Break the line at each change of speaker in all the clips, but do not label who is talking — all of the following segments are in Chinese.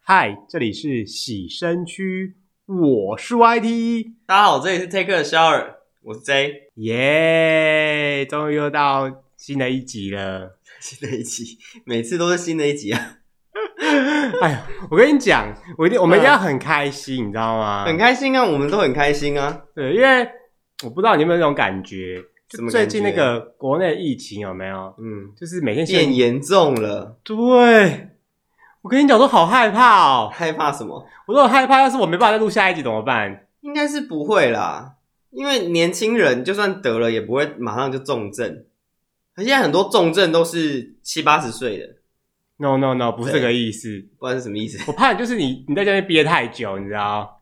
嗨，这里是洗身区，我是 YT，
大家好，这里是 Take a Shower，我是 J。
耶终于又到新的一集了。
新的一集，每次都是新的一集啊，
哎呀，我跟你讲，我一定我们一定要很开心，你知道吗？
嗯很开心啊，我们都很开心啊。
对，因为我不知道你有没有那种感觉，就
什么
最
感觉
近那个国内疫情有没有？
嗯，
就是每天
变严重了，
对，我跟你讲，我都好害怕哦，
害怕什么？
我都很害怕，要是我没办法再录下一集怎么办？
应该是不会啦，因为年轻人就算得了，也不会马上就重症。现在很多重症都是七八十岁的，
No no no，不是这
对
个意思。
不然是什么意 思？
我怕就是你你在家里憋太久，你知道，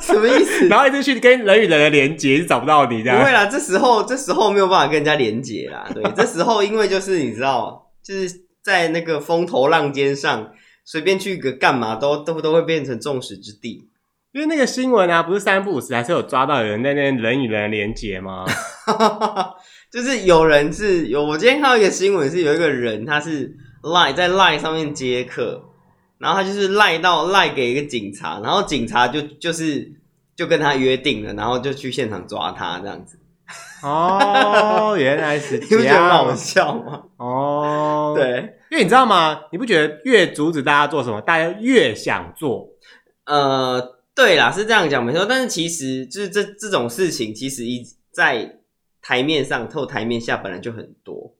什么意 思？
然后一直去跟人与人的连接，是找不到你这
不会
样。
啦，这时候这时候没有办法跟人家连接啦。对，这时候因为就是你知道，就是在那个风头浪尖上，随便去个干嘛都都都会变成众矢之的。
因为那个新闻啊，不是三不五时还是有抓到有人在那边人与人的连接吗？
就是有人是有，我今天看到一个新闻是有一个人他是赖在赖上面接客，然后他就是赖到赖给一个警察，然后警察就就是就跟他约定了，然后就去现场抓他这样子，
哦，原来是
你不
这
觉得很好
样。
笑吗？
哦，，
对，
因为你知道吗？你不觉得越阻止大家做什么，大家越想做？
呃，对啦，是这样讲没错，但是其实就是这这种事情，其实一在台面上、透台面下本来就很多，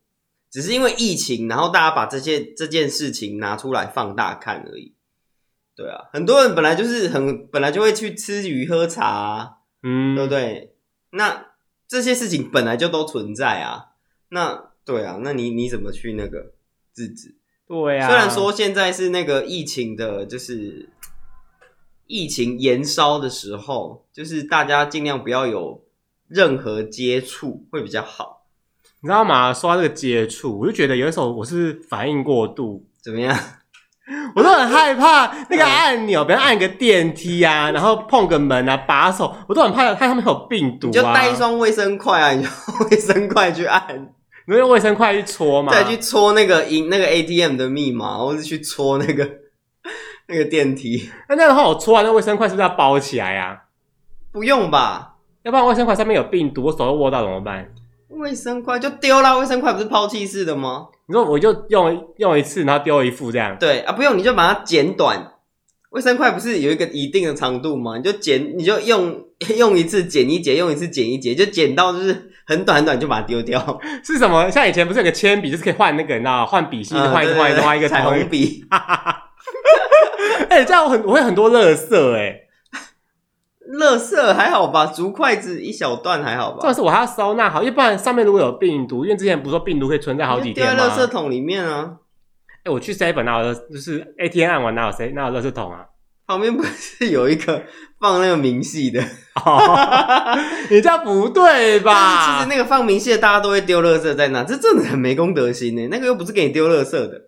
只是因为疫情，然后大家把这些这件事情拿出来放大看而已。对啊，很多人本来就是很本来就会去吃鱼喝茶、啊，
嗯，
对不对？那这些事情本来就都存在啊，那对啊，那你你怎么去那个制止？
对啊。
虽然说现在是那个疫情的，就是疫情延烧的时候，就是大家尽量不要有任何接触会比较好。
你知道吗？说到这个接触，我就觉得有一首我是反应过度，
怎么样？
我都很害怕那个按钮，比如按一个电梯啊，然后碰个门啊，把手，我都很怕怕他们有病毒啊。
你就带一，双卫生筷啊，你就用卫生筷去 按，
你用卫生筷去搓嘛。
再去戳那个银那个 ATM 的密码，或是去戳那个那个电梯，
那那样的话，我搓完那卫生筷是不是要包起来啊？
不用吧？
要不然卫生筷上面有病毒，我手都握到怎么办？
卫生筷就丢啦，卫生筷不是抛弃式的吗？
你说我就用用一次，然后丢一副这样。
对啊，不用你就把它剪短。卫生筷不是有一个一定的长度吗？你就剪，你就用 用一次剪一截，用一次剪一截，就剪到就是很短很短就把它丢掉。
是什么？像以前不是有个铅笔，就是可以换那个，你知道吗换笔芯，
嗯
换一
对
个，换一个，
对对
换一个
彩虹。笔，
哎、这样我很我会很多垃圾哎、
乐色还好吧？竹筷子一小段还好
重点
吧？
是我还要收纳好，要不然上面如果有病毒，因为之前不是说病毒可以存在好几
你就丢
天
在
吗？
乐色桶里面啊，
哎、我去 seven 哪有垃，就是哎 ATM 按完哪有谁哪有垃圾桶 啊？
旁边不是有一个放那个明 细的？
哦、你这样不对
但是其
吧？
实那个放明细的大家都会丢乐色在那，这真的很没公德心呢。那个又不是给你丢乐色的，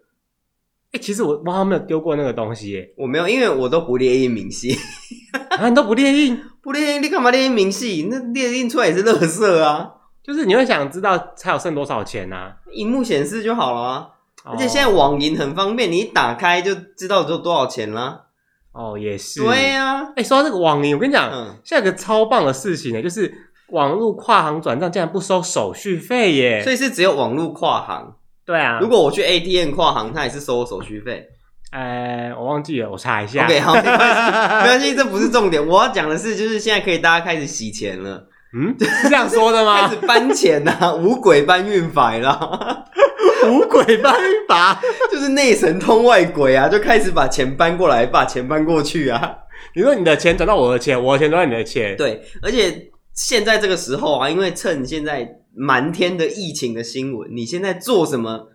哎、其实我我好像没有丢过那个东西耶，
我没有，因为我都不列印明细。
啊，你都不列印，
不列印，你干嘛列印明细？那列印出来也是垃圾啊！
就是你会想知道才有剩多少钱啊呐、
荧幕显示就好了啊。
啊。
而且现在网银很方便，你一打开就知道有多少钱啦。
哦哦也是，
对呀、
哎、说到这个网银，我跟你讲，
嗯，
现在有个超棒的事情呢，就是网络跨行转账竟然不收手续费耶。
所以是只有网络跨行。
对哎啊，
如果我去 ATM 跨行，它也是收我手续费。
呃，我忘记了，我查一下。
OK，好，没关系， 没关系，这不是重点。我要讲的是，就是现在可以大家开始洗钱了，
嗯，是这样说的
开
吗
始？搬钱啦、 五鬼搬运法啦，
五鬼搬法，
就是内神通外鬼啊，就开始把钱搬过来，把钱搬过去啊。
你说你的钱转到我的钱，我的钱转到你的钱，
对，而且现在这个时候啊，因为趁现在满天的疫情的新闻，你现在做什么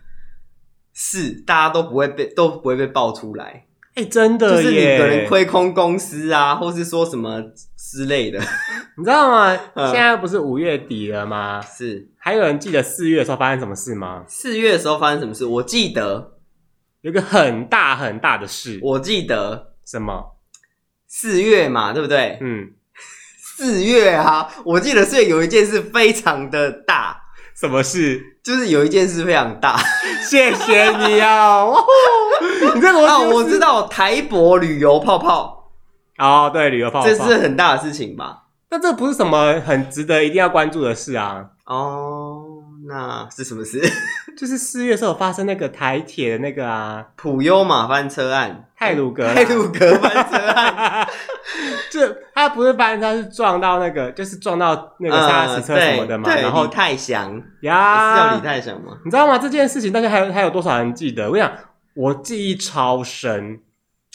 事，大家都不会被都不会被爆出来，
哎、真
就
的
是你
耶！
可能亏空公司啊，或是说什么之类的，
你知道吗？
嗯
现在不是五月底了吗？
是
还有人记得四月的时候发生什么事吗？
四月的时候发生什么事？我记得，
有一个很大很大的事，
我记得
什么？
四月嘛，对不对？
嗯，
四月啊，我记得是有一件事非常的大，
什么事？
就是有一件事非常大
谢谢你 哦，哇呼你这逻
啊，
辑
我
不是
知道台博旅游泡泡，
哦，对，旅游泡泡，
这是很大的事情吧？
但这不是什么很值得一定要关注的事啊。
哦，那是什么事？
就是四月时候发生那个台铁的那个啊，
普悠马翻车案，
泰鲁格啦
泰鲁格翻车案，
就他不是翻车，是撞到那个，就是撞到 那个砂石车什么的嘛。
嗯对对
然后啊
李泰祥是叫
呀
李，泰祥吗？
你知道吗？这件事情，大家还有还有多少人记得？我跟你讲，我记忆超深，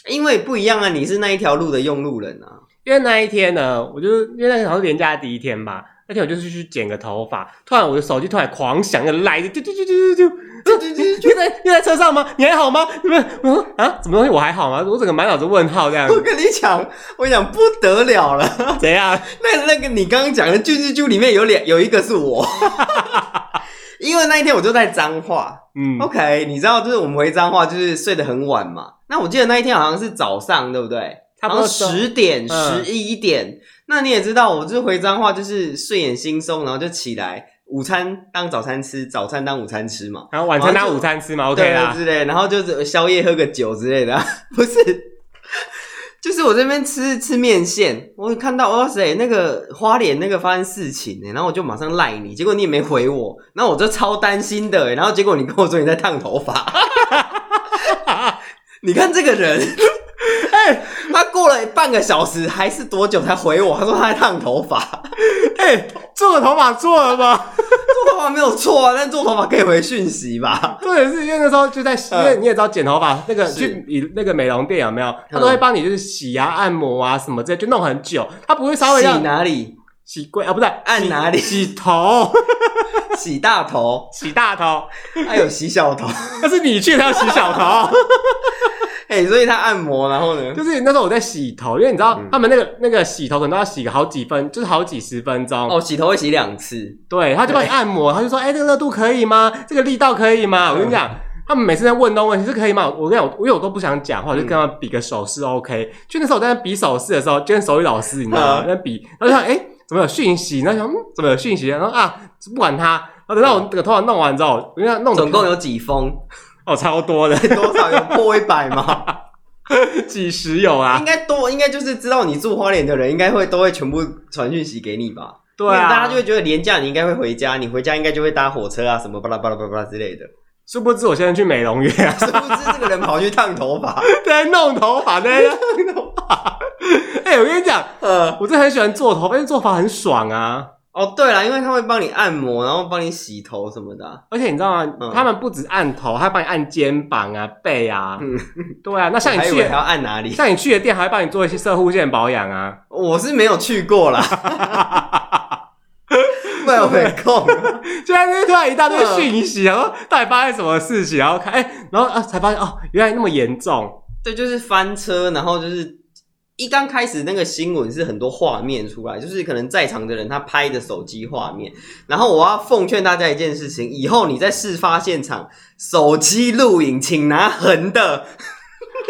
因为不一样啊，你是那一条路的用路人啊。
因为那一天呢，我就因为那天好像是连假的第一天吧，那天我就是去剪个头发，突然我的手机突然狂响，就来着，啾啾啾啾啾啾。
对对对
你在 你在车上吗？你还好吗？你们我说啊，什么东西？我还好吗？我整个满脑子问号这样
我
子，
跟你讲，我跟你讲不得了了。
怎样？
那那个你刚刚讲的啾啾啾里面有两有一个是我， 因为那一天我就在彰化。
嗯，
OK，你知道就是我们回彰化就是睡得很晚嘛。那我记得那一天好像是早上，对不对？
差不
好
多
像十点、
嗯
十一点。那你也知道，我就是回彰化就是睡眼惺忪，然后就起来，午餐当早餐吃，早餐当午餐吃嘛。
然后晚餐
然
当
后就
午餐吃嘛，OK
对
啦。
之类，然后就是宵夜喝个酒之类的啊， 不是，就是我这边吃吃面线，我看到哇塞，那个花莲那个发生事情呢、欸然后我就马上赖你，结果你也没回我，然后我就超担心的欸、然后结果你跟我说你在烫头发， 你看这个人， 哎、他过了半个小时还是多久才回我？他说他在烫头发，
哎、做个头发做了吗？
做头发没有错啊，但做头发可以回讯息吧？
重点是因为那时候就在，洗，因
嗯
为你也知道剪头发那个
是
去以那个美容店有没有，他都会帮你就是洗啊、按摩啊什么之类，就弄很久，他不会稍微
洗
让
哪里？
洗柜啊，不是
按哪里
洗洗头、
洗大头。
洗大头，
他有洗小头，
那是你去他要洗小 头，
哎、所以他按摩，然后呢？
就是那时候我在洗头，因为你知道
嗯
他们那个那个洗头可能都要洗个好几分，就是好几十分钟，
哦，洗头会洗两次，
对，他就帮你按摩，他就说：“哎、这个热度可以吗？这个力道可以
嗯
吗？”我跟你讲，他们每次在问东问西，这可以吗？我跟你讲，我因为我都不想讲
嗯
话，我就跟他们比个手势，OK。就那时候我在那比手势的时候，就跟手语老师你知道吗？
嗯
在比，然后就想：“哎、怎么有讯息？”然后想：“嗯，怎么有讯息？”然后啊，不管他。然后等到我整个头发弄完之后，我跟你讲，弄得
总共有几封？
哦超多的，
多少有破一百吗？
几十有啊
应。该多，应该就是知道你住花莲的人，应该会都会全部传讯息给你吧？
对
因
啊，
为大家就会觉得廉价，你应该会回家，你回家应该就会搭火车啊，什么巴拉巴拉巴拉巴拉之类的。
殊不知我现在去美容院、 啊，
殊不知这个人跑去烫头发，
在弄头发呢。 哎、我跟你讲，
呃，
我真的很喜欢做头发，因为做法很爽啊。
哦，对了，因为他会帮你按摩，然后帮你洗头什么的啊、
而且你知道吗？
嗯
他们不止按头，还帮你按肩膀啊、背啊。
嗯
对啊，那像你
还以
去
为还要
的，
按哪里？
像你去的店，还会帮你做一些射护线保养啊。
我是没有去过 啦，没有没空。
就在那边突然一大堆讯息，然
嗯
后到底发生什么事情，然后看，哎、然后啊才发现哦，原来那么严 重。
对，就是翻车，然后就是一刚开始那个新闻是很多画面出来，就是可能在场的人他拍的手机画面。然后我要奉劝大家一件事情：以后你在事发现场手机录影，请拿横的。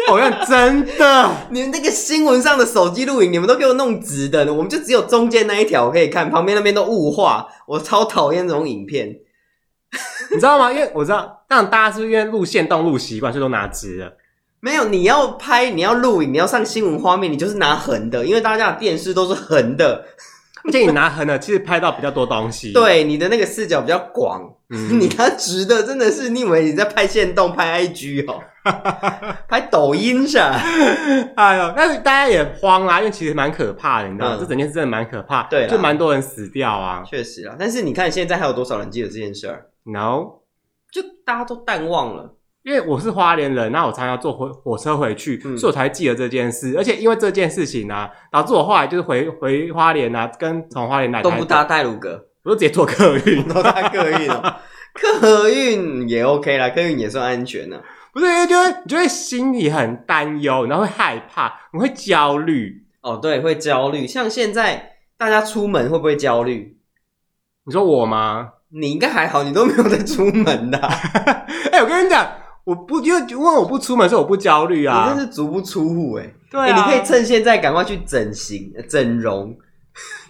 我看哦真的，
你们那个新闻上的手机录影，你们都给我弄直的，我们就只有中间那一条可以看，旁边那边都雾化。我超讨厌这种影片。
你知道吗？因为我知道，但大家是不是因为路线动路习惯，所以都拿直了。
没有，你要拍，你要录影，你要上新闻画面，你就是拿横的，因为大家的电视都是横的，
而且你拿横了，其实拍到比较多东西。，
对，你的那个视角比较广。
嗯
你他直的真的是，你以为你在拍线动、拍 IG 哦，拍抖音是吧？
哎呦，但是大家也慌啊啦、因为其实蛮可怕的，你知道吗？
嗯
这整件事真的蛮可怕，
对啦
就蛮多人死掉啊。
确实啊，但是你看现在还有多少人记得这件事儿？
No。
就大家都淡忘了。
因为我是花莲人，那我常常要坐火火车回去，
嗯
所以我才记得这件事。而且因为这件事情啊，导致我后来就是回回花莲啊，跟从花莲来
都
台
不
北
搭戴鲁格，
我就直接坐客运。
都搭客运哦。 客运也 OK 啦，客运也算安全啊呢、
不是，因为就会你就会心里很担忧，然后会害怕，你会焦虑。
哦，对，会焦虑。像现在大家出门会不会焦虑？
你说我吗？
你应该还好，你都没有在出门的啊、
哎、我跟你讲，我不因为因为我不出门，所以我不焦虑啊。
你真是足不出户哎、
对
欸
啊，
你可以趁现在赶快去整形、呃整容，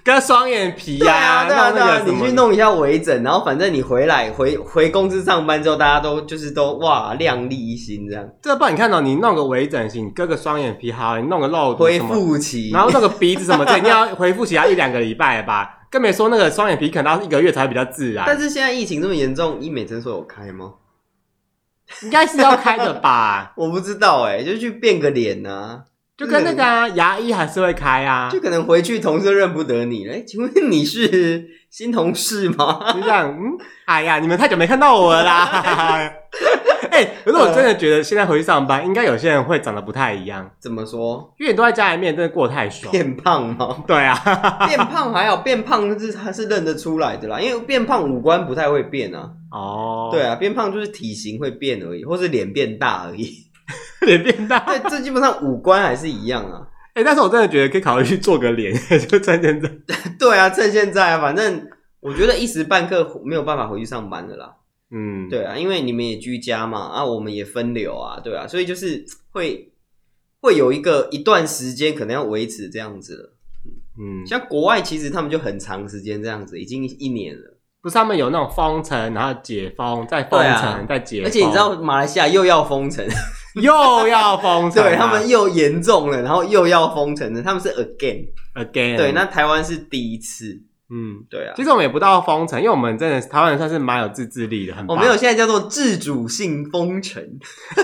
跟双眼皮
对
呀、
啊，对啊，
弄
对
那
啊
个，什
你
么
去弄一下微整，然后反正你回来回回公司上班之后，大家都就是都哇亮丽一新这样，
这不然你看到、哦你弄个微整形，割个双眼皮好，你弄个肉毒
恢
什么，
复期。
然后弄个鼻子什么，这一定要恢复起来一两个礼拜吧。更别说那个双眼皮，可能要一个月才会比较自然
但，是现在疫情这么严重，医美诊所有开吗？
应该是要开的吧？
我不知道哎、就去变个脸呐、
就跟那个、啊、牙医还是会开啊，
就可能回去同事都认不得你了。哎、请问你是新同事吗？
就这样，嗯，哎呀，你们太久没看到我了啦。 哎、可是我真的觉得现在回去上班，应该有些人会长得不太一样，
怎么说？
因为你都在家里面，真的过得太爽。
变胖 吗？
对啊，
变胖还好，变胖是还是认得出来的啦，因为变胖五官不太会变啊。
哦，
对，啊，变胖就是体型会变而已，或是脸变大而已。
脸变大。
对，这基本上五官还是一样啊。
哎、但是我真的觉得可以考虑去做个脸， 就真真的。
对啊，趁现在啊，反正我觉得一时半刻没有办法回去上班的啦。
嗯，
对啊，因为你们也居家嘛，啊，我们也分流啊，对啊，所以就是会会有一个一段时间可能要维持这样子了。
嗯，
像国外其实他们就很长时间这样子，已经一年了。
不是他们有那种封城，然后解封，再封
对
城，
啊
再解封，
而且你知道马来西亚又要封城，
又要封城啊、
对他们又严重了，然后又要封城了，他们是 again。
again
对，那台湾是第一次，
嗯，
对啊
其。实我们也不到封城，因为我们真的台湾人算是蛮有自制力的，很
我
棒
们有现在叫做自主性封城，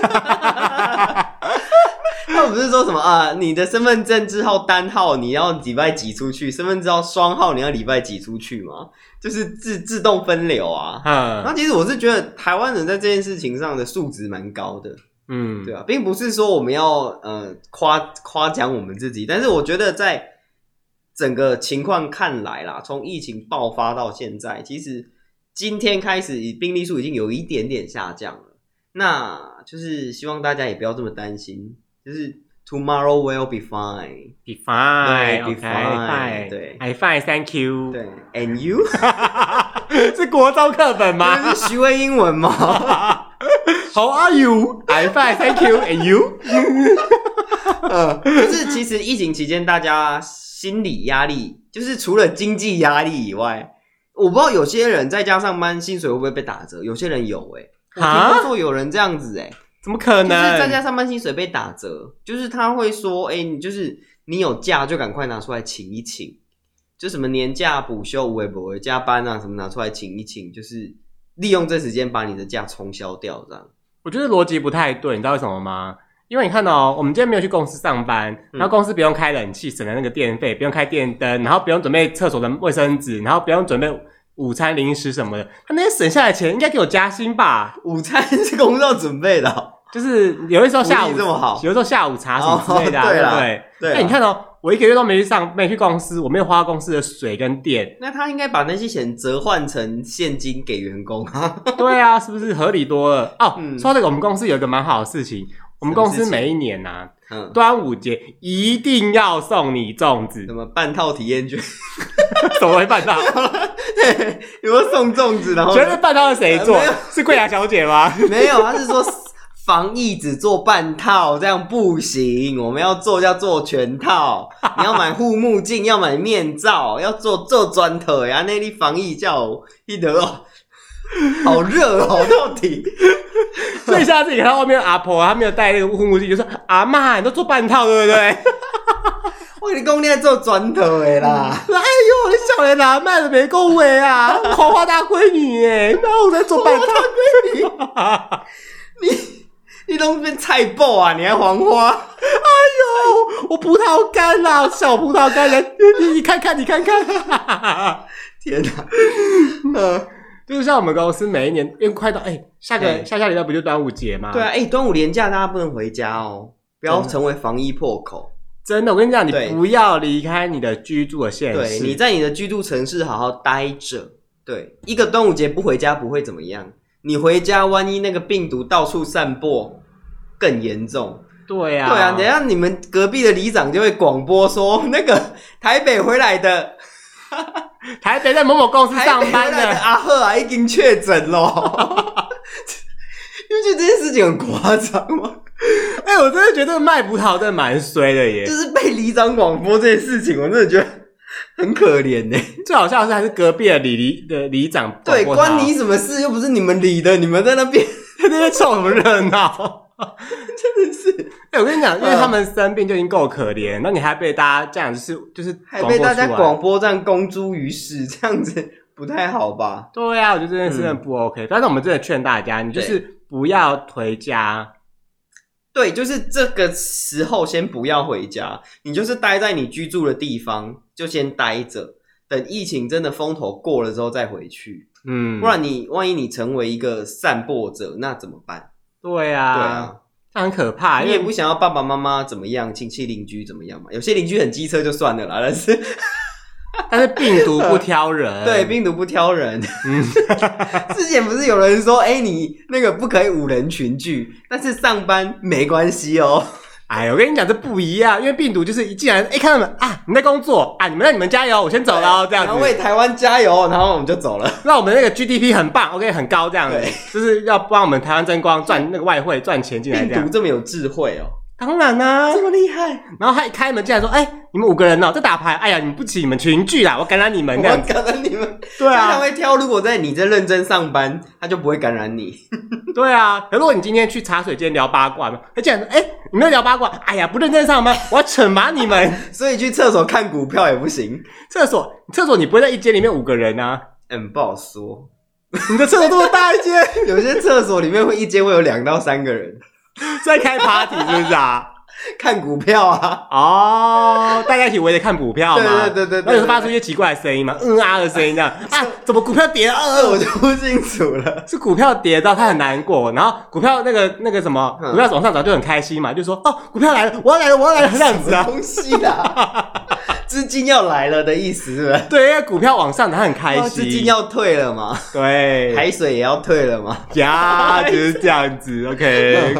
他们不是说什么啊？你的身份证字号单号你要礼拜几出去，身份证号双号你要礼拜几出去吗？就是自自动分流啊。然
嗯
后其实我是觉得台湾人在这件事情上的素质蛮高的，
嗯，
对啊，并不是说我们要呃夸夸奖我们自己，但是我觉得在整个情况看来啦，从疫情爆发到现在，其实今天开始病例数已经有一点点下降了。那就是希望大家也不要这么担心，就是 tomorrow will be fine。
Be fine,
对
OK,
be fine，
fine,
对
i fine, thank you。
对，and you
是国中课本
这
吗
是学会英文吗？
？How are you? I fine, thank you, and you?
呃，就是其实疫情期间大家心理压力，就是除了经济压力以外，我不知道有些人在家上班薪水会不会被打折，有些人有哎、
啊
我听说有人这样子哎、
怎么可
就是在
能？
家上班薪水被打折，就是他会说，哎、你就是你有假就赶快拿出来请一请，就什么年假补休、无微不微加班啊什么拿出来请一请，就是利用这时间把你的假冲销掉这样。
我觉得逻辑不太对，你知道为什么吗？因为你看哦，我们今天没有去公司上班，
嗯
然后公司不用开冷气，省了那个电费，不用开电灯，然后不用准备厕所的卫生纸，然后不用准备午餐零食什么的，他那些省下来的钱应该给我加薪吧？
午餐是公司要准备的哦、
就是有的时候下午
福利这么好
有的时候下午茶什么之类的、啊，
哦对
对
啦
不对？
对啦
那你看哦，我一个月都没去上，没去公司，我没有花公司的水跟电
，那他应该把那些钱折换成现金给员工啊。
对啊，是不是合理多了？哦，
嗯
说到这个，我们公司有一个蛮好的事情，我们
什么
公
事
司
情
每一年呐、啊，
嗯，
端午节一定要送你粽子
什，么半套体验券？
怎么会办 到？
有没有送粽子？然后
绝对办到是谁做
没有？
是桂雅小姐 吗？
没有，他是说防疫只做半套，这样不行。我们要做要做全套，你要买护目镜，要买面罩，要做做砖头呀。那里防疫叫一得哦，好热哦，到底
所以下次你看到外面有阿婆，她没有戴那个护目镜，就说阿妈，你都做半套对不对？
我跟你讲，你在做砖头的 啦。
哎呦，你小人哪卖的没够味啊！黄花大闺女 哎，那我在做半套。
你都变菜爆啊！你还黄花？
哎呦，我葡萄干啦、小葡萄干来，你你看看，你看看。
天哪、呃
就是像我们公司每一年，因为快到哎、下个
嗯
下下礼拜不就端午节吗？
对啊，，哎、端午连假大家不能回家哦，不要
真的
成为防疫破口。
真的，我跟你讲，你
对
不要离开你的居住的县
对，
市。
你在你的居住城市好好待着。对，一个端午节不回家不会怎么样，你回家万一那个病毒到处散播，更严重。
对啊，
对啊，等一下你们隔壁的里长就会广播说，那个台北回来的
台北在某某公司
台
上
北回
班
来的
的，
阿赫啊，已经确诊咯。 你不觉得这件事情很夸张吗？
哎、我真的觉得卖葡萄真的蛮衰的耶
就。是被里长广播这件事情，我真的觉得很可怜欸呢、
最好笑的是还是隔壁的李里的里长
对，
广播他
关你什么事？又不是你们理的，你们在那边
在那边凑什么热闹？哦真的是，哎、我跟你讲，因
嗯
为他们生病就已经够可怜，那你还被大家这样，就是就是
还被大家
广播出来
广播站公诸于世，这样子 不太好吧？
对啊，我觉得这件事真
嗯
的不 OK、但是我们真的劝大家，你就是不要回家。
对，就是这个时候先不要回家，你就是待在你居住的地方，就先待着，等疫情真的风头过了之后再回去。
嗯，
不然你万一你成为一个散播者，那怎么办？
对啊，
对啊，
这样很可怕。
你
因
也
为
不想要爸爸妈妈怎么样，亲戚邻居怎么样嘛？有些邻居很机车就算了啦，但是、
但是病毒不挑人，
对病毒不挑人。
嗯
之前不是有人说，哎、你那个不可以五人群聚，但是上班没关系哦。
哎，我跟你讲，这不一样，因为病毒就是一进来，哎、看到你们啊，你们在工作啊，你们在你们加油，我先走了哦，这样
然后
子，
为台湾加油，然后我们就走了。
让我们那个 GDP 很棒，OK，很高，这样子
对，
就是要帮我们台湾争光，赚那个外汇，赚钱进来，这
病毒
样。哎
这么有智慧哦，
当然啦、
么厉害，
然后他一开门进来说，哎、你们五个人哦，在打牌，哎呀，你们不起，你们群聚啦，我感染你们
我
这样子，
感染你们。
对
所以他
啊，
会挑，如果在你在认真上班，他就不会感染你。
对啊。可如果你今天去茶水间聊八卦嘛，他竟然说，哎、你们在聊八卦，哎呀，不认真上班，我要惩罚你 们。
所以去厕所看股票也不行。
厕所，厕所你不会在一间里面五个人啊，
嗯，不好说。
你的厕所这么大一间，
有些厕所里面会一间会有两到三个人
在开 party 是不是啊？
看股票啊。
哦，大家一起围着看股票嘛，
对对对对对
然后有时候发出一些奇怪的声音嘛，嗯啊的声音这 样啊，怎么股票跌了？
这
呃、
我就不清楚了。
是股票跌到他很难过，然后股票那个那个什么，
嗯
股票往上涨就很开心嘛，就说哦，股票来了，我要来了，我要来 了这样子
什么
啊。
东西啦？ 资金要来了的意思是不是？
对，因为股票往上涨，他很开
哦
心。
资金要退了嘛？
对，
海水也要退了嘛？
呀，就是这样子。OK，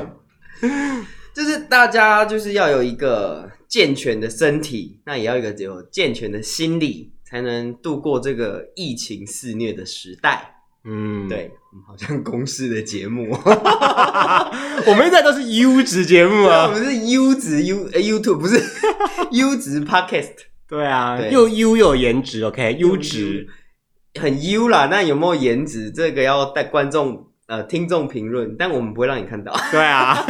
就是大家就是要有一个健全的身体，那也要一个有健全的心理，才能度过这个疫情肆虐的时代。
嗯，，
对，好像公式的节目，
我们一直在都是优质节目
我
啊。
们是优质 U 呃 YouTube 不是优质 Podcast，
对啊，
对
又优又有颜值，OK，优质。
很 U 啦。那有没有颜值？这个要带观众呃听众评论，但我们不会让你看到。
对啊，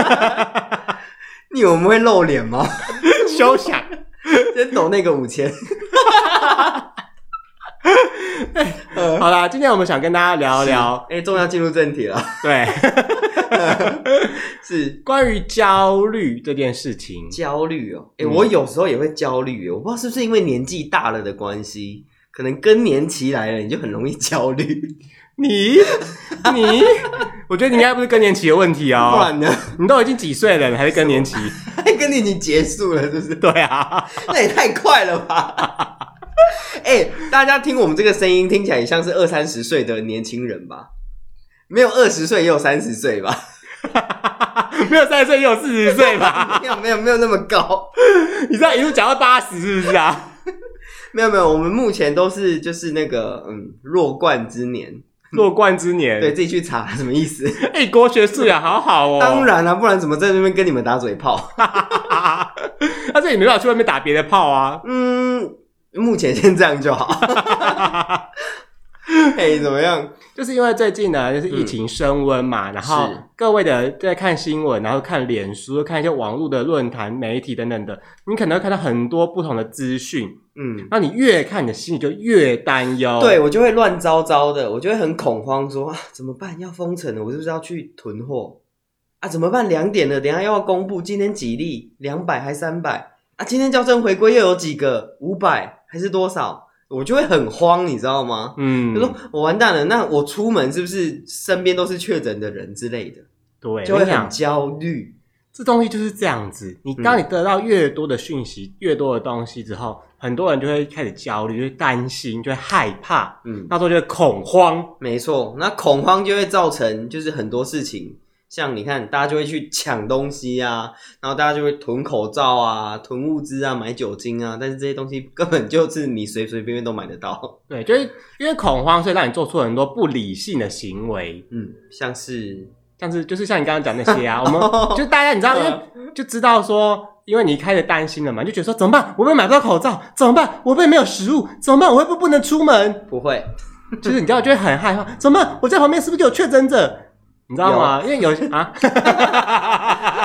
你我们会露脸吗？
休想。
先抖那个五 千。 呃
好啦，今天我们想跟大家聊一聊，
哎、终于要进入正题了。
对，
是
关于焦虑这件事情。
焦虑哦，哎、
嗯
我有时候也会焦虑耶，我不知道是不是因为年纪大了的关系，可能更年期来了，你就很容易焦 虑。
你 你，我觉得你应该不是更年期的问题
不
哦，
然呢， 哎
你都已经几岁了，你还是更年期？
跟你已经结束了，是不 是？
对啊，
那也太快了吧！ 哎、大家听我们这个声音，听起来也像是二三十岁的年轻人吧？没有二十岁，也有三十岁吧？
没有三十岁也有四十岁吧？
没有，没有，没有那么高。
你这样一路讲到八十是不是啊？
没有没有，我们目前都是就是那个嗯弱冠之年，
弱冠之年，
嗯对自己去查什么意思？
哎、国学素养好好哦。
当然啦、啊不然怎么在那边跟你们打嘴炮？
啊，但是你没办法去外面打别的炮啊。
嗯，目前先这样就好。 哎、怎么样？
就是因为最近呢，就是疫情升温嘛，然后
嗯是
各位的在看新闻，然后看脸书，看一些网络的论坛、媒体等等的，你可能会看到很多不同的资讯，
嗯，
那你越看，你的心里就越担忧。
对，我就会乱糟糟的，我就会很恐慌说，啊怎么办？要封城了，我是不是要去囤货啊？怎么办？两点了，等一下又要公布今天几例，两百还三百啊？今天校正回归又有几个？五百还是多少？我就会很慌，你知道吗？
嗯
就，说我完蛋了，那我出门是不是身边都是确诊的人之类的，
对，
就
我
会
跟哎你讲，
很焦虑。
这东西就是这样子。你当你得到越多的讯息、越多的东西之后，很多人就会开始焦虑，就会担心，就会害怕，
嗯，
到时候就会恐慌。
没错，那恐慌就会造成就是很多事情，像你看，大家就会去抢东西啊，然后大家就会囤口罩啊、囤物资啊、买酒精啊，但是这些东西根本就是你随随便便都买得到。
对，就是因为恐慌，所以让你做出很多不理性的行为。
嗯，像是
嗯像是就是像你刚刚讲那些啊，我们就大家你知道，因为就知道说，因为你开始担心了嘛，你就觉得说怎么办？我被买不到口罩，怎么办？我被没有食物，怎么办？我会不会不能出门？
不会，
就是你知道，就会很害怕，怎么办？我在旁边是不是就有确诊者？你知道吗？因为有些啊，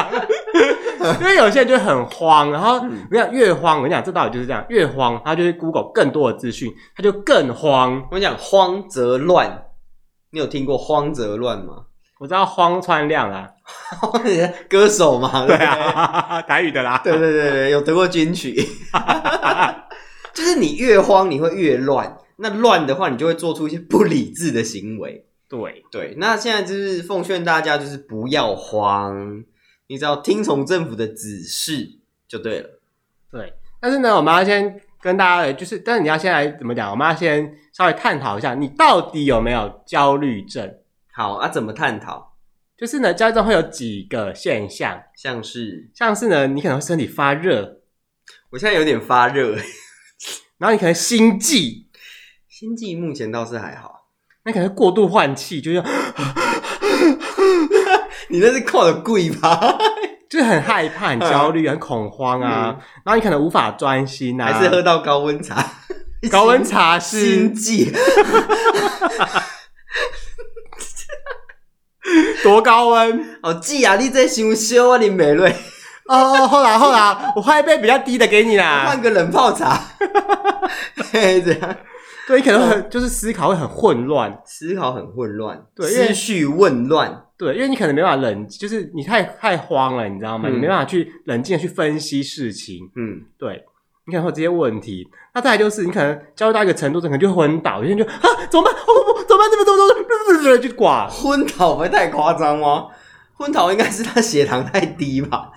因为有些人就很慌，然后我跟你讲，越慌，我跟你讲，这道理就是这样，越慌，他就会 Google 更多的资讯，他就更慌。
我讲慌则乱，你有听过慌则乱吗？
我知道慌川亮啊啦，
歌手嘛，
对
不
啊， 台语的啦，
对对对对，有得过金曲， 就是你越慌，你会越乱。那乱的话，你就会做出一些不理智的行为。
对，
对，那现在就是奉劝大家，就是不要慌，你只要听从政府的指示就对了。
对，但是呢，我们要先跟大家，呃就是，但是你要先来怎么讲？我们要先稍微探讨一下，你到底有没有焦虑症？
好啊，怎么探讨？
就是呢，焦虑症会有几个现象，
像是
像是呢，你可能会身体发热，
我现在有点发热，
然后你可能心悸，
心悸目前倒是还好，
那可能会过度换气，就是
你那是靠的贵吧？
就是很害怕、很焦虑、很恐慌啊，然后你可能无法专心啊，
嗯还是喝到高温茶？
高温茶
心
是
悸？
多高温？
哦，季啊，你在想修啊，你美瑞。
哦哦，后来后来，我换一杯比较低的给你啦
换。个冷 泡茶，嘿这样
对，你可能很就是思考会很混乱，
思考很混乱，
对因为
思绪混乱，
对，因为你可能没办法冷，就是你太太慌了，你知道吗？
嗯
你没办法去冷静的去分析事情，
嗯，
对你可能会有这些问题。那再来就是你可能焦虑到一个程度，可能就昏倒，有些人就啊怎么办？哦不，怎么办？怎么怎么怎么怎么怎么就挂了？
昏倒不会太夸张吗？昏倒应该是他血糖太低吧，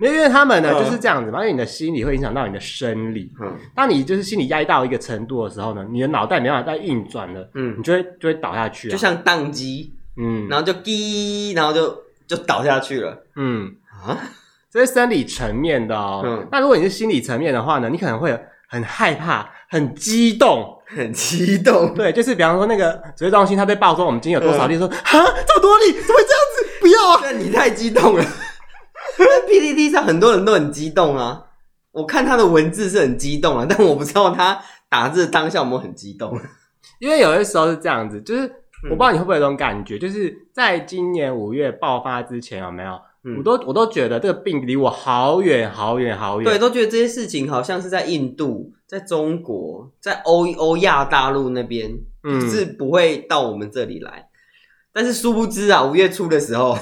因为他们呢
嗯
就是这样子嘛，因为你的心理会影响到你的生理。
嗯
当你就是心理压抑到一个程度的时候呢，你的脑袋没办法再运转了，你
嗯，
就会就会倒下去、啊，
就像宕机，
嗯
然后就滴，然后就就倒下去了
嗯，
啊，
这是生理层面的哦。
嗯
那如果你是心理层面的话呢，你可能会很害怕、很激动。
很激动，
对，就是比方说那个指挥中心他被爆说我们今天有多少
嗯
例，说啊这么多例，怎么会这样子？不要啊！
但你太激动了。那 PPT 上很多人都很激动啊，我看他的文字是很激动啊，但我不知道他打字的当下有没有很激动。
因为有的时候是这样子，就是我
嗯
不知道你会不会有这种感觉，就是在今年五月爆发之前有没有？
嗯
我都我都觉得这个病离我好远好远好
对，
远。
都觉得这些事情好像是在印度、在中国、在欧欧亚大陆那边，
嗯
就是不会到我们这里来。但是殊不知啊，五月初的时候，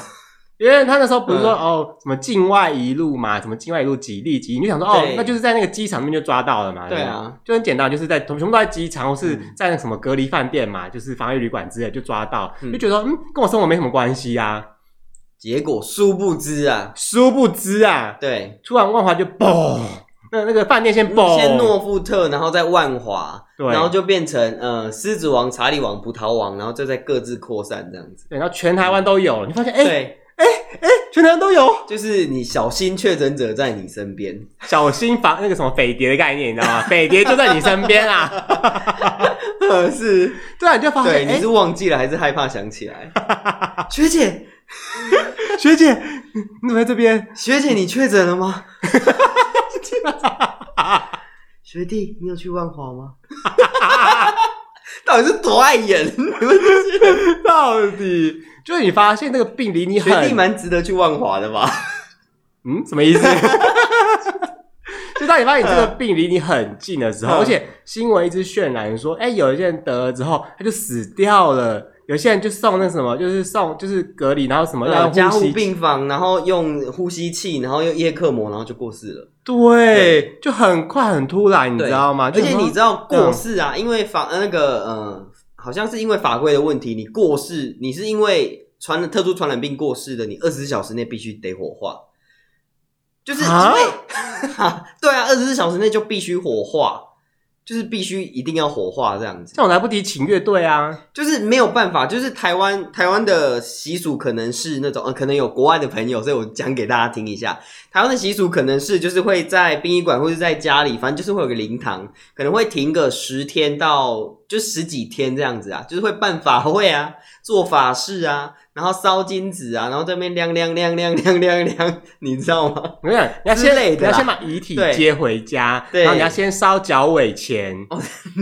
因为他那时候不是说、
嗯
哦什么境外一路嘛，什么境外一路几例几例，你就想说哦
对，
那就是在那个机场那边就抓到了嘛，
对
不
啊，
就很简单，就是在全部都在机场或是
嗯
在那什么隔离饭店嘛，就是防疫旅馆之类就抓到，
嗯
就觉得嗯跟我生活没什么关系啊，
结果殊不知啊，
殊不知啊，
对，
突然万华就嘣，那那个饭店先嘣，
嗯先诺富特，然后在万华，
对
然后就变成呃狮子王、查理王、葡萄王，然后就在各自扩散这样子。
对，然后全台湾都有了，你发现哎、
对，
全台湾都有，
就是你小心确诊者在你身边，
小心防那个什么匪谍的概念，你知道吗？匪谍就在你身边 啊，
是，
对啊，你就发
对，
现
你
哎、
是忘记了还是害怕想起 来？学姐，
学姐你怎么在这边？
学姐，你确诊了 吗？学弟，你有去万华吗？ 到底是多碍 眼？你们这些 人
到底就是你发现这个病离你很
学弟蛮值得去万华的吧？
嗯什么意思？ 就当你发现这个病离你很近的时候，
嗯
而且新闻一直渲染说，哎、有一些人得了之后他就死掉了，有些人就送那什么，就是送就是隔离，然后什么要
嗯加
呼
护
吸
病房，然后用呼吸器，然后用叶克膜，然后就过世了。
对，就很快很突然，你知道吗？
而且你知
道，
道过世啊，因为法呃那个呃，好像是因为法规的问题，你过世，你是因为传了特殊传染病过世的，你二十四小时内必须得火化，就是因为、
啊
对啊，二十四小时内就必须火化，就是必须一定要火化这样子，
像我来不及请乐队啊，
就是没有办法，就是台湾台湾的习俗可能是那种，呃，可能有国外的朋友，所以我讲给大家听一下。台湾的习俗可能是就是会在殡仪馆或是在家里，反正就是会有个灵堂，可能会停个十天到就十几天这样子啊，就是会办法会啊，做法事啊，然后烧金纸啊，然后这边亮亮亮亮亮亮亮，你知道吗？
我跟你讲，你要
之
先
类的
你要
啦
先把遗体
对
接回家，
对哦
然后你要先烧脚尾钱，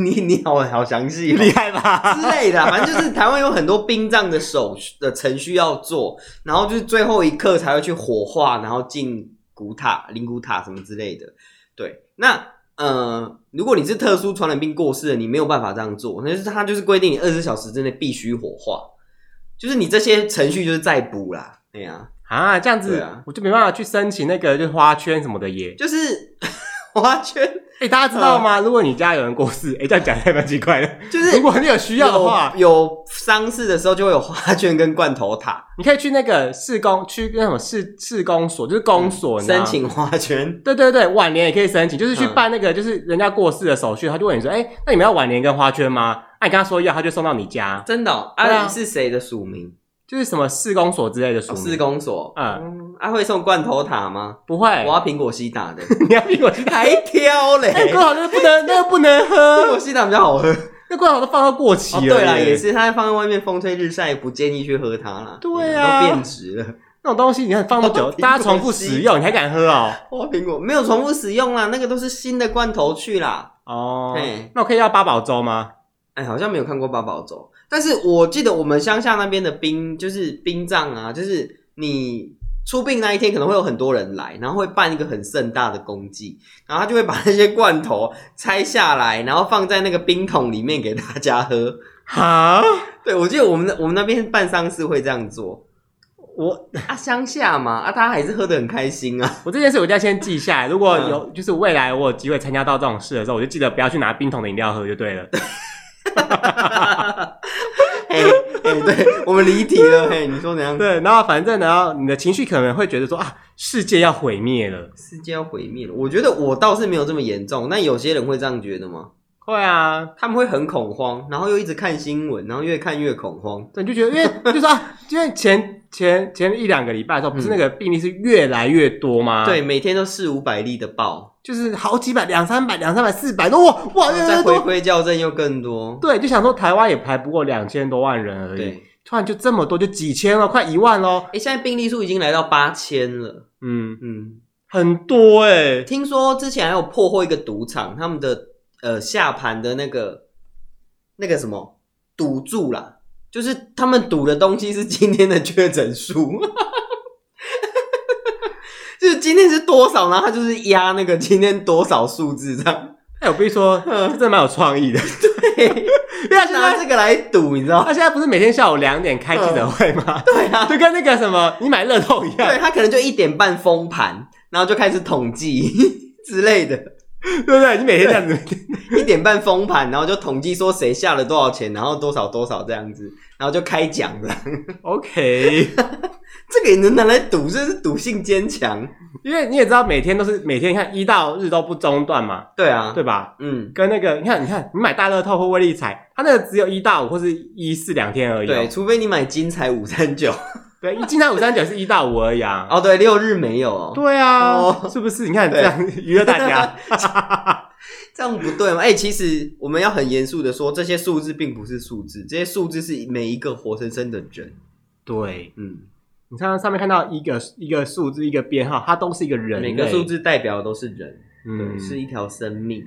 你你好好详细、哦，
厉害吧？
之类的啊，反正就是台湾有很多殡葬的手续的程序要做，然后就是最后一刻才会去火化，然后进古塔、灵骨塔什么之类的。对，那呃，如果你是特殊传染病过世的，你没有办法这样做，那就是他就是规定你二十小时之内必须火化，就是你这些程序就是再补啦。对呀、
啊，这样
对
子、
啊
我就没办法去申请那个就是花圈什么的耶。
就是 花圈，
哎、大家知道吗？如果你家有人过世，哎、这样讲还蛮奇怪的。
嗯就是
如果你有需要的话
有，有丧事的时候就会有花圈跟罐头塔，
你可以去那个市公去那什么市市公所，就是公所、你知道
嗯申
吗。
请花圈。
对对对，晚年也可以申请，就是去
嗯
办那个，就是人家过世的手续，他就问你说，哎、那你们要晚年跟花圈吗？那、你跟他说要，他就送到你家，
真的、哦，
对啊
啊，你是谁的署名？
就是什么市公所之类的署
哦，
名。
市公所。
嗯哎
嗯，啊，会送罐头塔吗？
不会
我，要苹果西打的，
你要比我去台。
还挑嘞，
哎、欸，
苹
好那个不能，那个不能
果
喝，
西打比较 好喝。哦，
那罐好都放到过期了、
对啦，也。是，它放在外面风吹日晒，不建议去喝它啦。
对啊
都变质了。
那种东西，你看放多久，
苹果
大家重复使用，你还敢喝哦？
哇，苹果没有重复使用啦，那个都是新的罐头去啦。
哦
嘿，
那我可以要八宝粥吗？
哎，好像没有看过八宝粥，但是我记得我们乡下那边的殡就是殡葬啊，就是你出殡那一天可能会有很多人来，然后会办一个很盛大的公祭，然后他就会把那些罐头拆下来，然后放在那个冰桶里面给大家喝。
哈，
对，我记得我们那我们那边办丧事会这样做
我
啊，乡下嘛啊，大家还是喝得很开心啊。
我这件事我一定要先记下来。如果有
嗯
就是未来我有机会参加到这种事的时候，我就记得不要去拿冰桶的饮料喝就对了。
哎哎，对我们离题了，嘿，你说怎样？
对，然后反正然后你的情绪可能会觉得说啊，世界要毁灭了。
世界要毁灭了，我觉得我倒是没有这么严重，但有些人会这样觉得吗？
会啊，
他们会很恐慌，然后又一直看新闻，然后越看越恐慌。
对，你就觉得因为就是啊，因为前前前一两个礼拜的时候，不是
嗯
那个病例是越来越多吗？
对，，每天都四五百例的报，
就是好几百、两三百、两三百、四百多，哇哇，越来
哦再
越
回
多。
归校正又更多。
对，就想说台湾也排不过两千多万人而已，
对，
突然就这么多，就几千了，快一万喽。
哎，现在病例数已经来到八千了。
嗯，
嗯，
很多哎、
听说之前还有破获一个赌场，他们的呃下盘的那个那个什么赌注啦，就是他们赌的东西是今天的确诊数。 就是今天是多少，然后他就是压那个今天多少数字这样。
哎、我必须说，这真的蛮有创意的。因为他现
拿
在
这个来赌，你知道
他
吗？
现在不是每天下午两点开记者会吗？
对啊，
就跟那个什么你买乐透一
对
样，
他可能就一点半封盘，然后就开始统计 之类的，
对不对？你每天这样子，
一点半封盘，然后就统计说谁下了多少钱，然后多少多少这样子，然后就开奖了。
OK。
这个也能拿来赌，这是赌性坚强。
因为你也知道，每天都是每天，你看一到日都不中断嘛，
对啊，
对吧？
嗯，
跟那个，你看，你看，你买大乐透或威力彩，它那个只有一到五或是一四两天而已、
对，
哦。
除非你买金彩五三九。
对，一进到五三九是一到五而已啊。
哦，对，六日没有哦，
对啊，
哦
是不是？你看
对
这样 娱乐大 家，
这样不对吗？哎、其实我们要很严肃的说，这些数字并不是数字，这些数字是每一个活生生的人。
对
嗯，
你看上面看到一个一个数字一个编号，它都是一个人类，
每个数字代表的都是人。对，
嗯
是一条生命，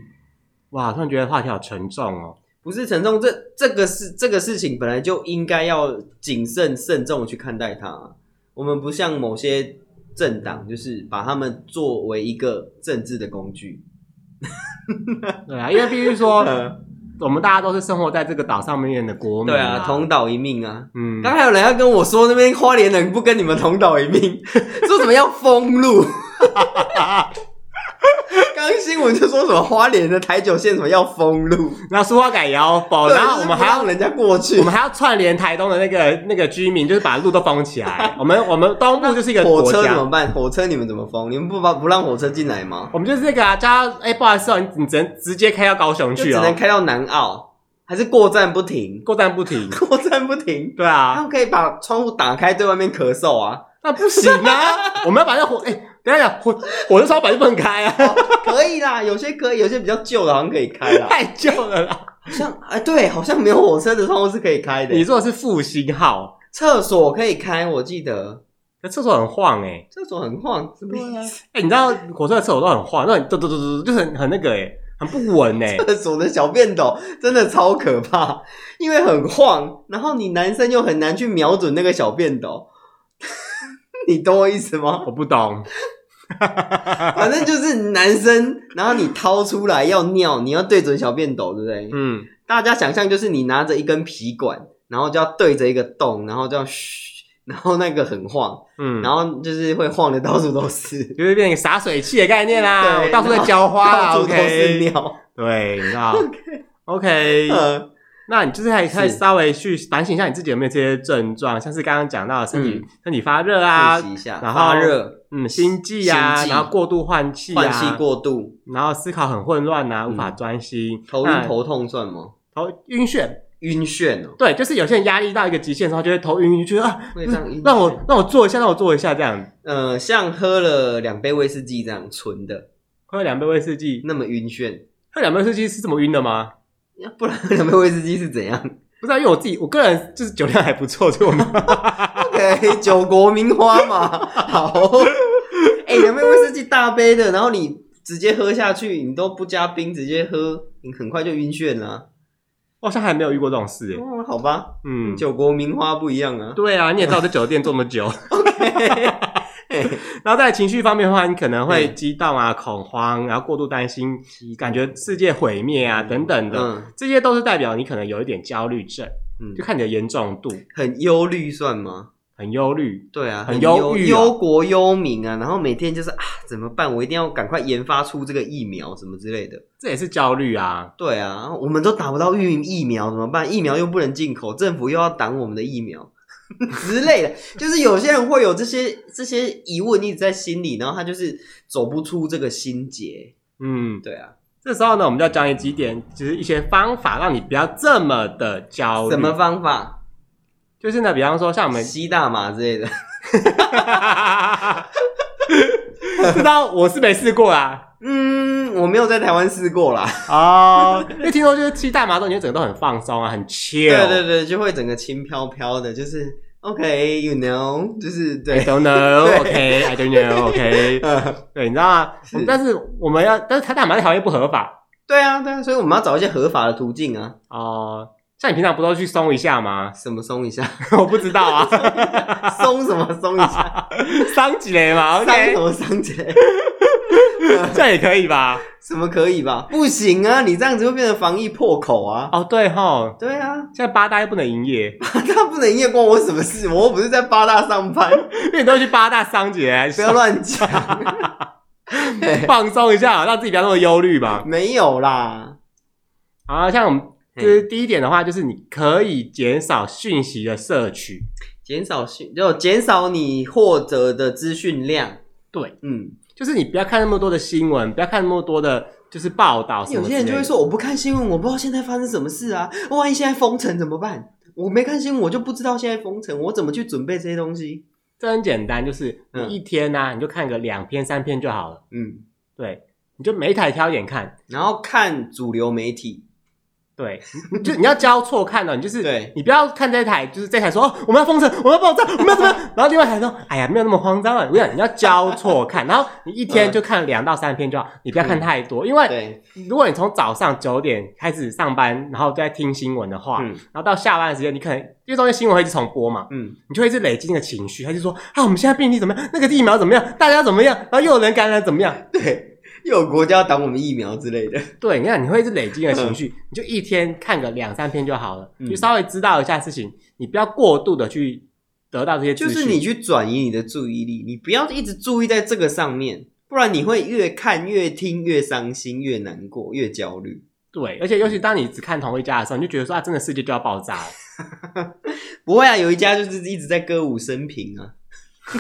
哇，突然觉得话题好沉重哦。
不是沉重。这这个事这个事情本来就应该要谨慎慎重地去看待它。我们不像某些政党，就是把他们作为一个政治的工具。
对啊，因为必须说，
呃
我们大家都是生活在这个岛上面的国民、
对啊，同岛一命啊！
嗯，
刚才有人要跟我说，那边花莲人不跟你们同岛一命， 说什么要封路。 刚新闻就说什么花莲的台九线什么要封路，
然后书法改也要否，哦然后我们还要
对就是不让人家过去
我，们还要串联台东的那个那个居民，就是把路都封起 来。我们我们东部就是一个
火
国
车怎么
家，
办？火车你们怎么封？你们不把不让火车进来吗？
我们就是这个啊，叫他哎、不好意思哦，你你只能直接开到高雄
就
去
只
哦，
能开到南澳，还是过站不停？。
过站不停
过站不停，
对
他
啊，
们可以把窗户打开对外面咳嗽啊，
那不行 啊，我们要把那火哎、等一下火火车窗板就不能开啊，
可以啦，有些可以，有些比较旧的好像可以开 啦。
太旧了啦。
好像哎，对，好像没有火车的窗户是可以开的。
你坐的是复兴号，
厕所可以开，我记得
那厕所很晃哎、
厕所很晃，是不是？
哎、你知道火车的厕所都很晃，那种嘟嘟嘟嘟嘟，就很很那个哎、很不稳哎、
厕所的小便斗真的超可怕，因为很晃，然后你男生又很难去瞄准那个小便斗， 你懂我意思吗？
我不懂，
反正就是男生，然后你掏出来要尿，你要对准小便斗，对不对？
嗯，
大家想象就是你拿着一根皮管，然后就要对着一个洞，然后就要嘘，然后那个很晃，
嗯，
然后就是会晃的到处 都是，
就是变成洒水器的概念啦，
对
我到处在浇花啦
到处都是
，OK，
尿。
对，你知道 ，OK，
呃，
那你就是可以可以
是
稍微去反省一下你自己有没有这些症状，像是刚刚讲到的身体、
嗯
身体发热啊
复，习一下，
然后
发热、
嗯，心悸啊，
心悸
然后过度换气啊，
换气过度、
然后思考很混乱啊，无法专心，
头晕
那
头痛算吗？
头晕眩，
晕眩哦，
对，就是有些人压力到一个极限的时候，就会头晕晕，觉得啊，
会这样晕眩
让我让我坐一下，让我坐一下，这样
呃，像喝了两杯威士忌这样纯的，
喝两杯威士忌，
那么晕眩，
喝两杯威士忌是这么晕的吗？
要不然喝两杯威士忌是怎样
不知道，因为我自己我个人就是酒量还不错，所以我没有
？OK，九哎国名花嘛， 好，哎、两杯威士忌大杯的，然后你直接喝下去，你都不加冰，直接喝，你很快就晕眩啦、
我好像还没有遇过这种事耶。
哦，好吧，
嗯，
九国名花不一样啊。
对啊，你也知道我在酒店这么 久， 然后在情绪方面的话，你可能会
嗯
激动啊、恐慌，然后过度担心，感觉世界毁灭啊等等的，
嗯
这些都是代表你可能有一点焦虑症，
嗯
就，看你的严重度，
很忧虑算吗？
很忧虑。
对啊，
很
很
忧
忧
郁啊
忧国忧民啊，然后每天就是啊，怎么办？我一定要赶快研发出这个疫苗什么之类的。
这也是焦虑啊，
对啊，我们都打不到疫疫苗怎么办？疫苗又不能进口，政府又要挡我们的疫苗 之类的，就是有些人会有这些这些疑问一直在心里，然后他就是走不出这个心结。
嗯，
对啊，
这时候呢，我们就要教你几点，就是一些方法，让你不要这么的焦虑。
什么？方法？
就是呢，比方说 像我们
吸大麻之类的，
知道我是没试过啊啦。
嗯，我没有在台湾试过啦。
哦，因为听说就是吸大麻之后，你就整个都很放松啊，很 chill。
对对对，就会整个轻飘飘的，就是 OK，you、know，就是对
I。don't know, OK, I don't know, OK。
呃
对，你知道吗？我们但是我们要，但是他大麻在台湾又不合法
对啊，对啊，所以我们要找一些合法的途径啊。？
哦、像你平常不都去松一下吗
什么松一下，
我不知道 啊，
松什么松一 下，
桑吉雷嘛
伤什
，OK，
么伤姐？
这样也可以吧？
什么可以吧？不行啊，你这样子会变成防疫破口啊。
哦，对吼，
对啊，
现在八大又不能营业，
他不能夜关我什么事？我又不是在八大上 班，
因为你都去八大桑吉雷，
不要乱讲。 嘿
放松一下，让自己不要那么忧虑吧。
没有啦，
好，像我们就是第一点的话，就是你可以减少讯息的摄取。
减少讯就减少你获得的资讯量。
对，
嗯，
就是你不要看那么多的新闻，不要看那么多的，就是报道什么
有
之
些
类的。
人就会说我不看新闻，我不知道现在发生什么事啊，万一现在封城怎么办？我没看新闻，我就不知道现在封城，我怎么去准备这些东西？
这很简单，就是你
嗯
一天呢、你就看个两篇三篇就好了。
嗯，
对，你就每一台挑一眼看。
然后看主流媒体，
对，你 就你要交错看哦，你就是
对
你不要看这台，就是这台说哦我们要封城，我们要爆炸，我们要怎么 样，然后另外一台说哎呀没有那么慌张啊，我想你要交错看，然后你一天就看两到三篇就好，你不要看太多，因为
嗯对，
如果你从早上九点开始上班，然后再听新闻的话，
嗯
然后到下班的时间，你可能因为中间新闻会一直重播嘛，
嗯，
你就会一直累积那个情绪，他就说啊我们现在病例怎么样，那个疫苗怎么样，大家怎么样，然后又有人感染怎么样，
对，又有国家挡我们疫苗之类的，
对，你看你会一直累积你的情 绪，你就一天看个两三篇就好了，
嗯
就稍微知道一下事情，你不要过度的去得到这些
就
资讯。
是你去转移你的注意力，你不要一直注意在这个上面，不然你会越看越听越伤心，越难过，越焦虑。
对，而且尤其当你只看同一家的时候，你就觉得说啊，真的世界就要爆炸了。
不会啊，有一家就是一直在歌舞升平啊。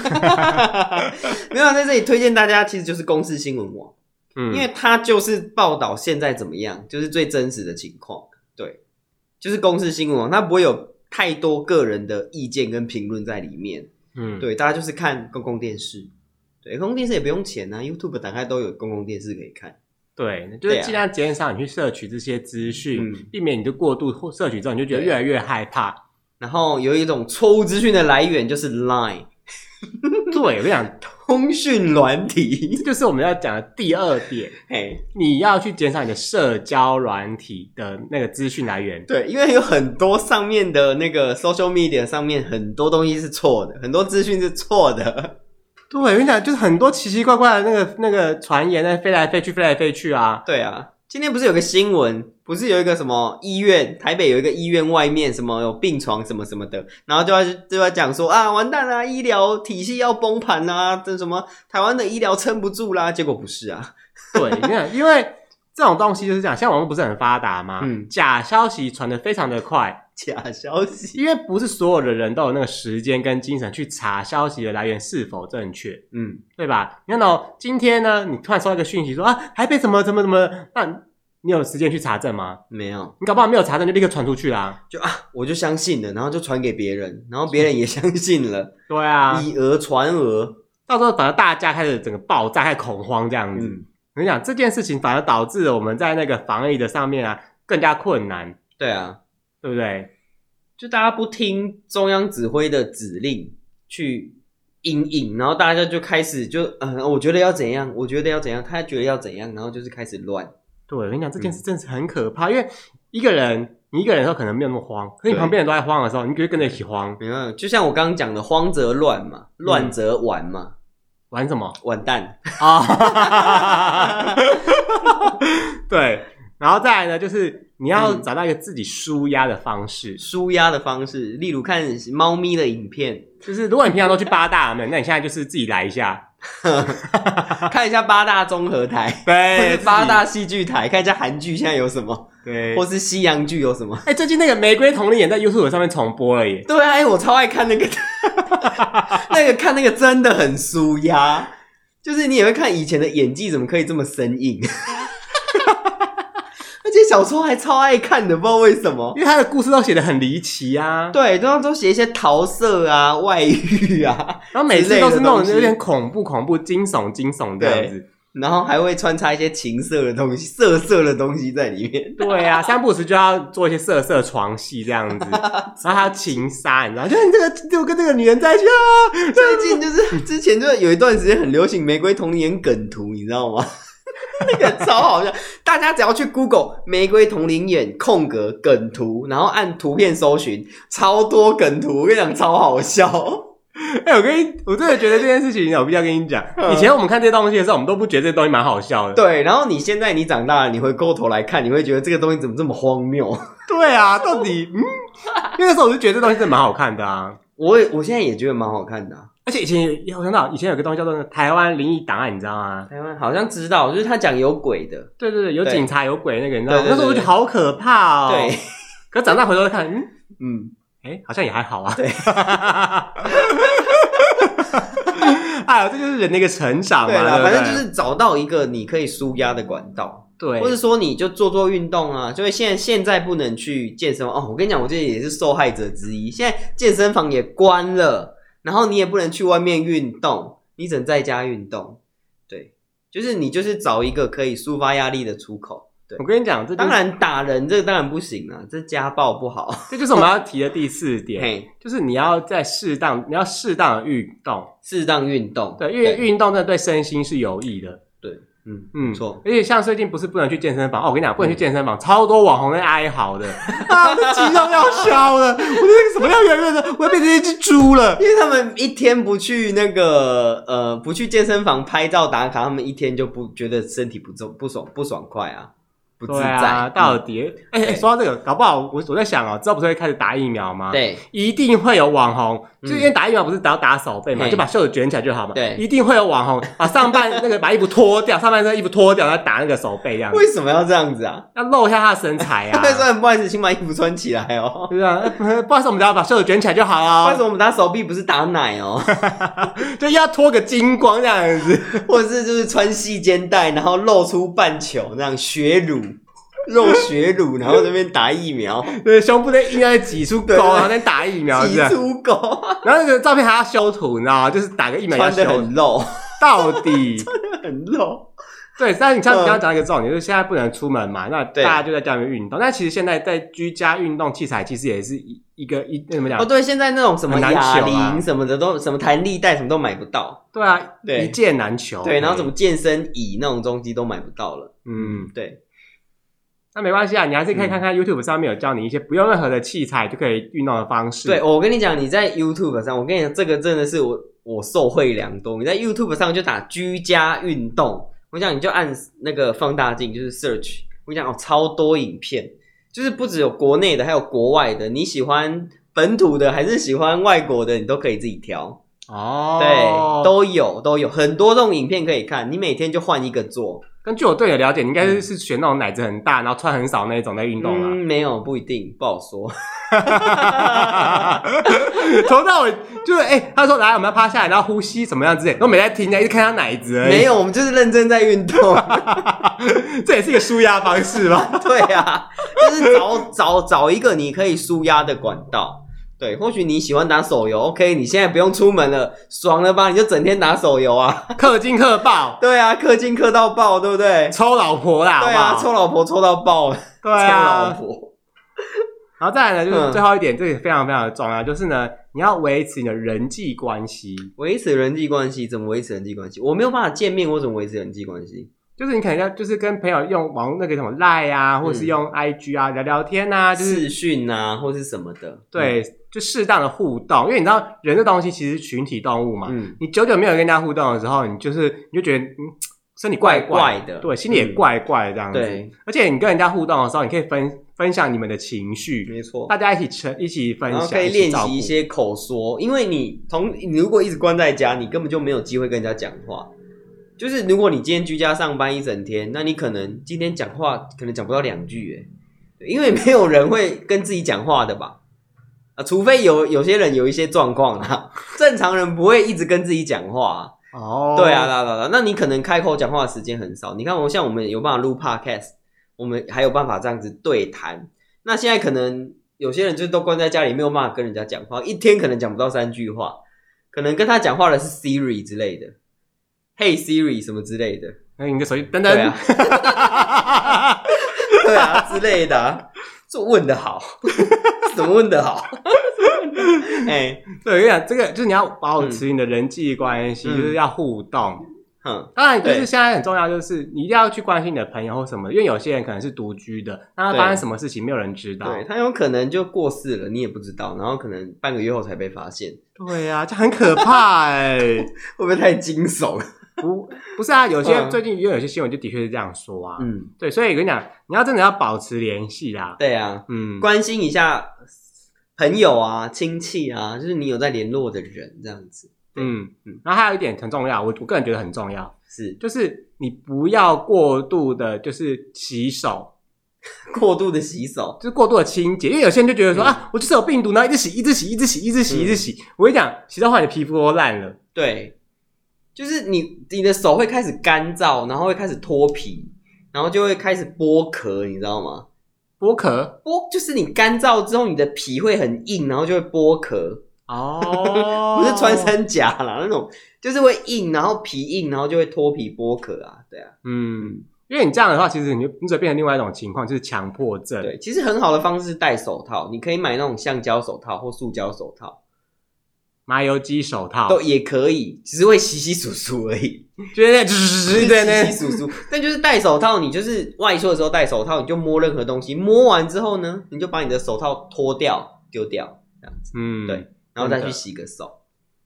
没有啊在这里推荐大家，其实就是公视新闻网，
嗯，
因为它就是报道现在怎么样，就是最真实的情况。对，就是公视新闻网，它不会有太多个人的意见跟评论在里面。
嗯，
对，大家就是看公共电视，对，公共电视也不用钱啊，YouTube 打开都有公共电视可以看。
对，就是
对啊
尽量减少你去摄取这些资讯，
嗯
避免你就过度获摄取之后，你就觉得
对
越来越害怕。
然后有一种错误资讯的来源就是 Line
对，我想
通讯软体。
这就是我们要讲的第二点，
嘿，
你要去减少你的社交软体的那个资讯来源。
对，因为有很多上面的那个 social media 上面很多东西是错的，很多资讯是错的。
对，我跟你讲，就是很多奇奇怪怪的那个那个传言，那飞来飞去，飞来飞去啊。
对啊，今天不是有个新闻，不是有一个什么医院，台北有一个医院外面什么有病床什么什么的，然后就要就要讲说啊，完蛋啦、医疗体系要崩盘啦、这什么台湾的医疗撑不住啦，结果不是啊，
对，你看， 因为这种东西就是这样，现在网络不是很发达嘛，
嗯
假消息传的非常的快，
假消息。
因为不是所有的人都有那个时间跟精神去查消息的来源是否正确，
嗯，
对吧？你看到今天呢，你突然收到一个讯息说啊，台北怎么怎么怎么，那你有时间去查证吗？
没有，
你搞不好没有查证就立刻传出去啦。
就啊，我就相信了，然后就传给别人，然后别人也相信了，
对啊，
以讹传讹。
到时候反正大家开始整个爆炸、开始恐慌这样子。
嗯，
我跟你讲，这件事情反而导致了我们在那个防疫的上面啊更加困难，
对啊，
对不对？
就大家不听中央指挥的指令去引引，然后大家就开始就嗯、呃我觉得要怎样，我觉得要怎样，他觉得要怎样，然后就是开始乱。
对，我跟你讲，这件事真的是很可怕，因为一个人，你一个人的时候可能没有那么慌，可是你
对
旁边人都在慌的时候，你就会跟着一起慌。
没办法，就像我刚刚讲的，慌则乱嘛，乱则完嘛，
玩什么
完蛋。
啊？对，然后再来呢，就是你要找到一个自己舒压的方式。
舒压的方式，例如看猫咪的影片，
就是如果你平常都去八大门，那你现在就是自己来一下，
看一下八大综合台， 或
对
是，哎八大戏剧台，哎看一下韩剧现在有什么，
自己对。
或是西洋剧有什么。
哎、最近那个《玫瑰同龄眼》在 YouTube 上面重播了耶。
对啊，哎、我超爱看那个， 那个看那个真的很舒压，就是你也会看以前的演技怎么可以这么生硬， 而且小时候还超爱看的，不知道为什么。
因为他的故事都写的很离奇啊，
对，都都写一些桃色啊、外遇啊，
然后每次都是那
之类的东
种
西
有点恐怖、恐怖、惊悚、惊悚这样子。
然后还会穿插一些情色的东西、色色的东西在里面。
对啊，三不五时就要做一些色色床戏这样 子，然后还要情杀，你知道？就是你这个就跟这个女人在一起啊，
最近就是之前就有一段时间很流行玫瑰同龄眼梗图，你知道吗？ 那个超好笑，大家只要去 Google 玫瑰同龄眼空格梗图，然后按图片搜寻，超多梗图，我跟你讲超好笑。
哎、我跟你，我真的觉得这件事情有必要跟你讲。
嗯
以前我们看这些东西的时候，我们都不觉得这东西蛮好笑的。
对，然后你现在你长大了，你回过头来看，你会觉得这个东西怎么这么荒谬？
对啊，到底嗯，因为那时候我就觉得这东西真的蛮好看的啊。
我也我现在也觉得蛮好看的啊、
而且以前有我想到以前有个东西叫做那个台湾灵异档案，你知道吗？
台湾好像知道，就是他讲有鬼的，
对对对，有
对
警察有鬼那个，你知道吗？
对对对
那时候我就觉得好可怕哦。
对，，
可长大回头看，嗯，
嗯，
哎、好像也还好啊。
对，
哎呦，这就是人的一个成长嘛，
嗯对
对
啦，
不
反
对
正就是找到一个你可以舒压的管道。
对，
或者说你就做做运动啊，就是现在现在不能去健身房哦。我跟你讲，我这也是受害者之一。现在健身房也关了，然后你也不能去外面运动，你只能在家运动。对，就是你就是找一个可以抒发压力的出口。对
我，跟你讲，这、就是、
当，然打人这个当然不行啊，这家暴不好。
这就是我们要提的第四点，
嘿，
就是你要在适当，你要适当的运动，
适当运动。
对，因为运动真的对身心是有益的。
对，嗯，
嗯，
没错嗯
而且像最近不是不能去健身房哦，我跟你讲，不能去健身房，超多网红在哀嚎的， 啊，我的肌肉要消了，我的那个什么要圆圆的，我要变成一只猪了。
因为他们一天不去那个呃不去健身房拍照打卡，他们一天就不觉得身体不重不爽不爽快啊，不自
对
在。嗯
啊，到底，哎、哎
对
说到这个，搞不好我我在想哦，之后不是会开始打疫苗吗？
嗯。对
一定会有网红，
嗯
就因为打疫苗不是只要打手背嘛，
嘿
就把袖子卷起来就好嘛。
对
一定会有网红把上半 那个把衣服脱掉，上半身衣服脱掉，然后打那个手背这样子，
为什么要这样子啊？
要露一下他的身材 啊
他。们说很不好意思，请把衣服穿起来哦。
对啊， 呃不好意思，我们只要把袖子卷起来就好
为
了，
什么我们打手臂不是打奶哦，
就要脱个精光这样子。
或者是就是穿细肩带，然后露出半球那样血乳，露血 乳，然后这边打疫苗，
对，胸部那硬要挤出沟，
对对对
然后再啊打疫苗
挤
这样。
出狗，
然后那个照片还要修图，你知道吗？就是打个疫苗要
穿的
修，
很露，
到底。
很露。
对，但你像你
嗯
刚刚讲一个重点，就是现在不能出门嘛，那大
对
家就在家里面运动。那其实现在在居家运动器材其实也是一一个一怎么讲
哦，？对，现在那种什么
啊很难
哑
求啊
铃什么的都什么弹力带什么都买不到，
对啊，
对
一箭难求。
对，然后什么健身椅那种东西都买不到了，
嗯，
对，
那没关系啊，你还是
嗯
可以看看 YouTube 上面有教你一些不用任何的器材就可以运动的方式。
对，我跟你讲，你在 YouTube 上，我跟你讲，这个真的是我我受惠良多。你在 YouTube 上就打居家运动，我讲你就按那个放大镜，就是 search，我跟你讲哦，超多影片，就是不只有国内的，还有国外的。你喜欢本土的还是喜欢外国的，你都可以自己挑，
哦，
对，都有都有很多这种影片可以看。你每天就换一个做，
根据我对你的了解，你应该是
嗯
是选那种奶子很大，然后穿很少那一种在运动
嗯，
啊。
没有不一定，不好说。嗯
从到尾就是哎、他说来，我们要趴下来，然后呼吸怎么样之类，然后没在听，一直看他奶子而已。
没，有，我们就是认真在运动。
这也是一个舒压方式吧？
对啊，就是找找 找一个你可以舒压的管道。对，或许你喜欢打手游，OK，你现在不用出门了，爽了吧？你就整天打手游啊。
氪金氪爆，
对啊，氪金氪到爆，对不对？
抽老婆啦，好
对
不
啊，
好？
抽老婆抽到爆了，
对
抽老
啊，
婆。
然后再来呢，就是
嗯
最后一点，这个非常非常的重要，就是呢，你要维持你的人际关系，
维持人际关系怎么维持人际关系？我没有办法见面，我怎么维持人际关系？
就是你可能要就是跟朋友用网那个什么 Line 啊，或者是用 IG 啊聊聊天啊，就是
视讯啊，嗯或是什么的。
对，就适当的互动，因为你知道人这东西其实是群体动物嘛，
嗯，嗯，
你久久没有跟人家互动的时候，你就是你就觉得嗯身体怪
怪
怪
怪的，
对，心里也
嗯。
怪怪的这样子。
对，
而且你跟人家互动的时候，你可以分分享你们的情绪，
没错。
大家一起成一起分
然后
享，
可以
起
练
照
习一
顾
些口说，因为你同你如果一直关在家，你根本就没有机会跟人家讲话。就是如果你今天居家上班一整天，那你可能今天讲话可能讲不到两句，哎，对因为没有人会跟自己讲话的吧？啊，除非有有些人有一些状况啊， 正常人不会一直跟自己讲话、
哦
啊。，对啊，，啦啦啦，那你可能开口讲话的时间很少。你看，我像我们有办法录 podcast，我们还有办法这样子对谈。那现在可能有些人就都关在家里，没有办法跟人家讲话，一天可能讲不到三句话，可能跟他讲话的是 Siri 之类的，Hey Siri 什么之类的，
那哎你的手机等
对
等
啊，，对啊之类的、 啊，这问的好， 怎么问的好？ 哎、
对，我跟你讲，这个就是你要保持你的人际关系，
嗯
就是要互动。
哼，
当然，就是
对
现在很重要，就是你一定要去关心你的朋友或什么，因为有些人可能是独居的，那他
对
发生什么事情没有人知道。
对他有可能就过世了，你也不知道，然后可能半个月后才被发现，
对呀、啊，这很可怕哎、
会不会太惊悚？
不，不是啊，有些
嗯
最近也有些新闻就的确是这样说啊。
嗯，
对，所以我跟你讲，你要真的要保持联系啊。
对啊，
嗯，
关心一下朋友啊、亲戚啊，就是你有在联络的人这样子。
嗯嗯。然后还有一点很重要，我我个人觉得很重要，
是
就是你不要过度的，就是洗手。
过度的洗手，
就是过度的清洁，因为有些人就觉得说、
嗯
啊，我就是有病毒，然后一直洗，一直洗，一直洗，一直洗，
嗯
一直洗。我跟你讲，洗到后来你皮肤都烂了。
对，就是你你的手会开始干燥，然后会开始脱皮，然后就会开始剥壳，你知道吗？
剥壳
剥就是你干燥之后，你的皮会很硬，然后就会剥壳，
哦
不是穿，山甲啦，那种就是会硬，然后皮硬，然后就会脱皮剥壳啊，对啊，
嗯，因为你这样的话，其实你就你只会变成另外一种情况，就是强迫症。
对，其实很好的方式是戴手套，你可以买那种橡胶手套或塑胶手套，
麻油肌手套，
都也可以，只是会洗洗簌簌而 已，
就是那 吱对
洗
对，
洗簌簌。但就是戴手套，你就是外出的时候戴手套，你就摸任何东西，摸完之后呢，你就把你的手套脱掉丢掉，
嗯，
对，然后再去洗个手。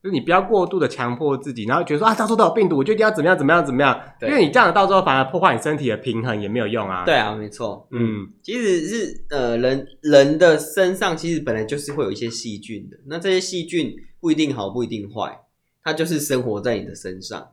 就是你不要过度的强迫自己，然后觉得说啊，到处都有病毒，我就一定要怎么样怎么样怎么样，因
对
为你这样到最后反而破坏你身体的平衡也没有用啊。
对，啊，没错，嗯，
嗯，
其实是呃人人的身上其实本来就是会有一些细菌的，那这些细菌不一定好，不一定坏，它就是生活在你的身上。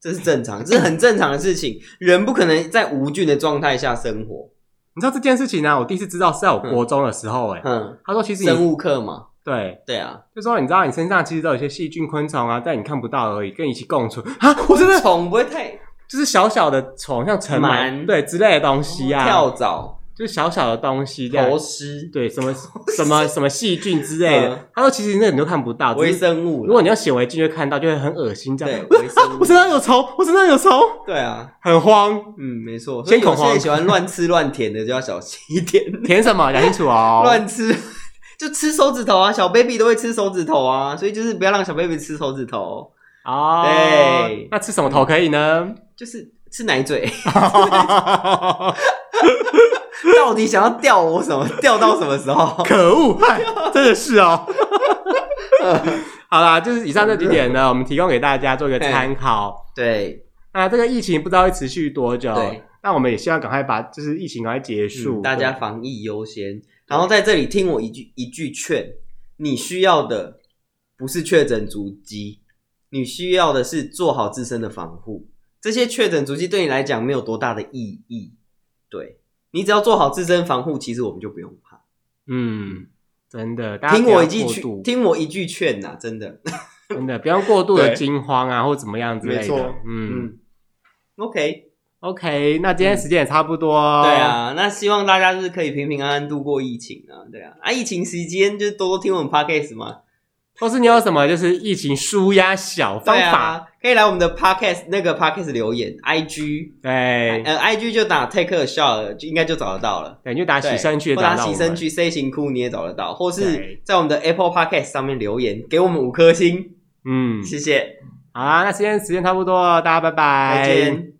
这是正 常，这是很正常的事情。人不可能在无菌的状态下生活。
你知道这件事情呢、我第一次知道是在我国中的时候、欸，哎、
嗯，
他说其实
生
你
物课嘛，
对。
对啊，
就说你知道你身上其实都有一些细菌、昆虫啊，但你看不到而已，跟你一起共处啊！我真的
虫不会太
就是小小的虫，像尘
螨哦
螨对之类的东西啊，
跳蚤、
就是小小的东西这样
头，虱、
对什么什么什么细菌之类的
嗯。
他说其实那个你都看不啊到，只
微
是
生物啦。
如果你用显微镜就会看到，就会很恶心这
对
样。
微生
我
物，
身上有虫，我身上有虫，
对啊，
很慌。
嗯，没错。
先
所以有
恐慌
些人喜欢乱吃乱舔的，就要小心一点。
填什么？讲清楚哦。
乱吃就吃手指头啊，小 baby 都会吃手指头啊，所以就是不要让小 baby 吃手指头，
哦，
对
那吃什么头可以呢？
就是吃 奶嘴。 到底想要吊我什么？吊到什么时候？
可恶，哎真的是哦。 好啦，就是以上这几点呢，我们提供给大家做一个参考。
对
那这个疫情不知道会持续多久，
对，嗯
那我们也希望赶快把就是疫情赶快结束，
大家防疫优先。然后在这里听我一句一句劝，你需要的不是确诊足迹，你需要的是做好自身的防护。这些确诊足迹对你来讲没有多大的意义，对你只要做好自身防护，其实我们就不用怕。
嗯，真的，大家
听
不要
我一句
过
劝，
度
听我一句劝呐、真的。
真的不要过度的
对
惊慌啊，或怎么样之类
没
的
错。
嗯
嗯，OK，
，OK，那今天时间也差不多。
嗯对，啊，那希望大家就是可以平平安安度过疫情啊，对啊，啊，疫情期间就多多听我们 podcast 嘛，
或是你有什么就是疫情舒压小方
对
法？
啊，可以来我们的 podcast 那个 podcast 留言，IG，
对，
呃，IG 就打 take a shot 就应该就找得到了。
对，你就打洗身区，
或
打
打
到
洗
我
身
们
区 C 型库你也找得到，或是
对
在我们的 Apple Podcast 上面留言，给我们五颗星，
嗯，
谢谢，
好啦，那时间时间差不多了，大家拜拜，
再见。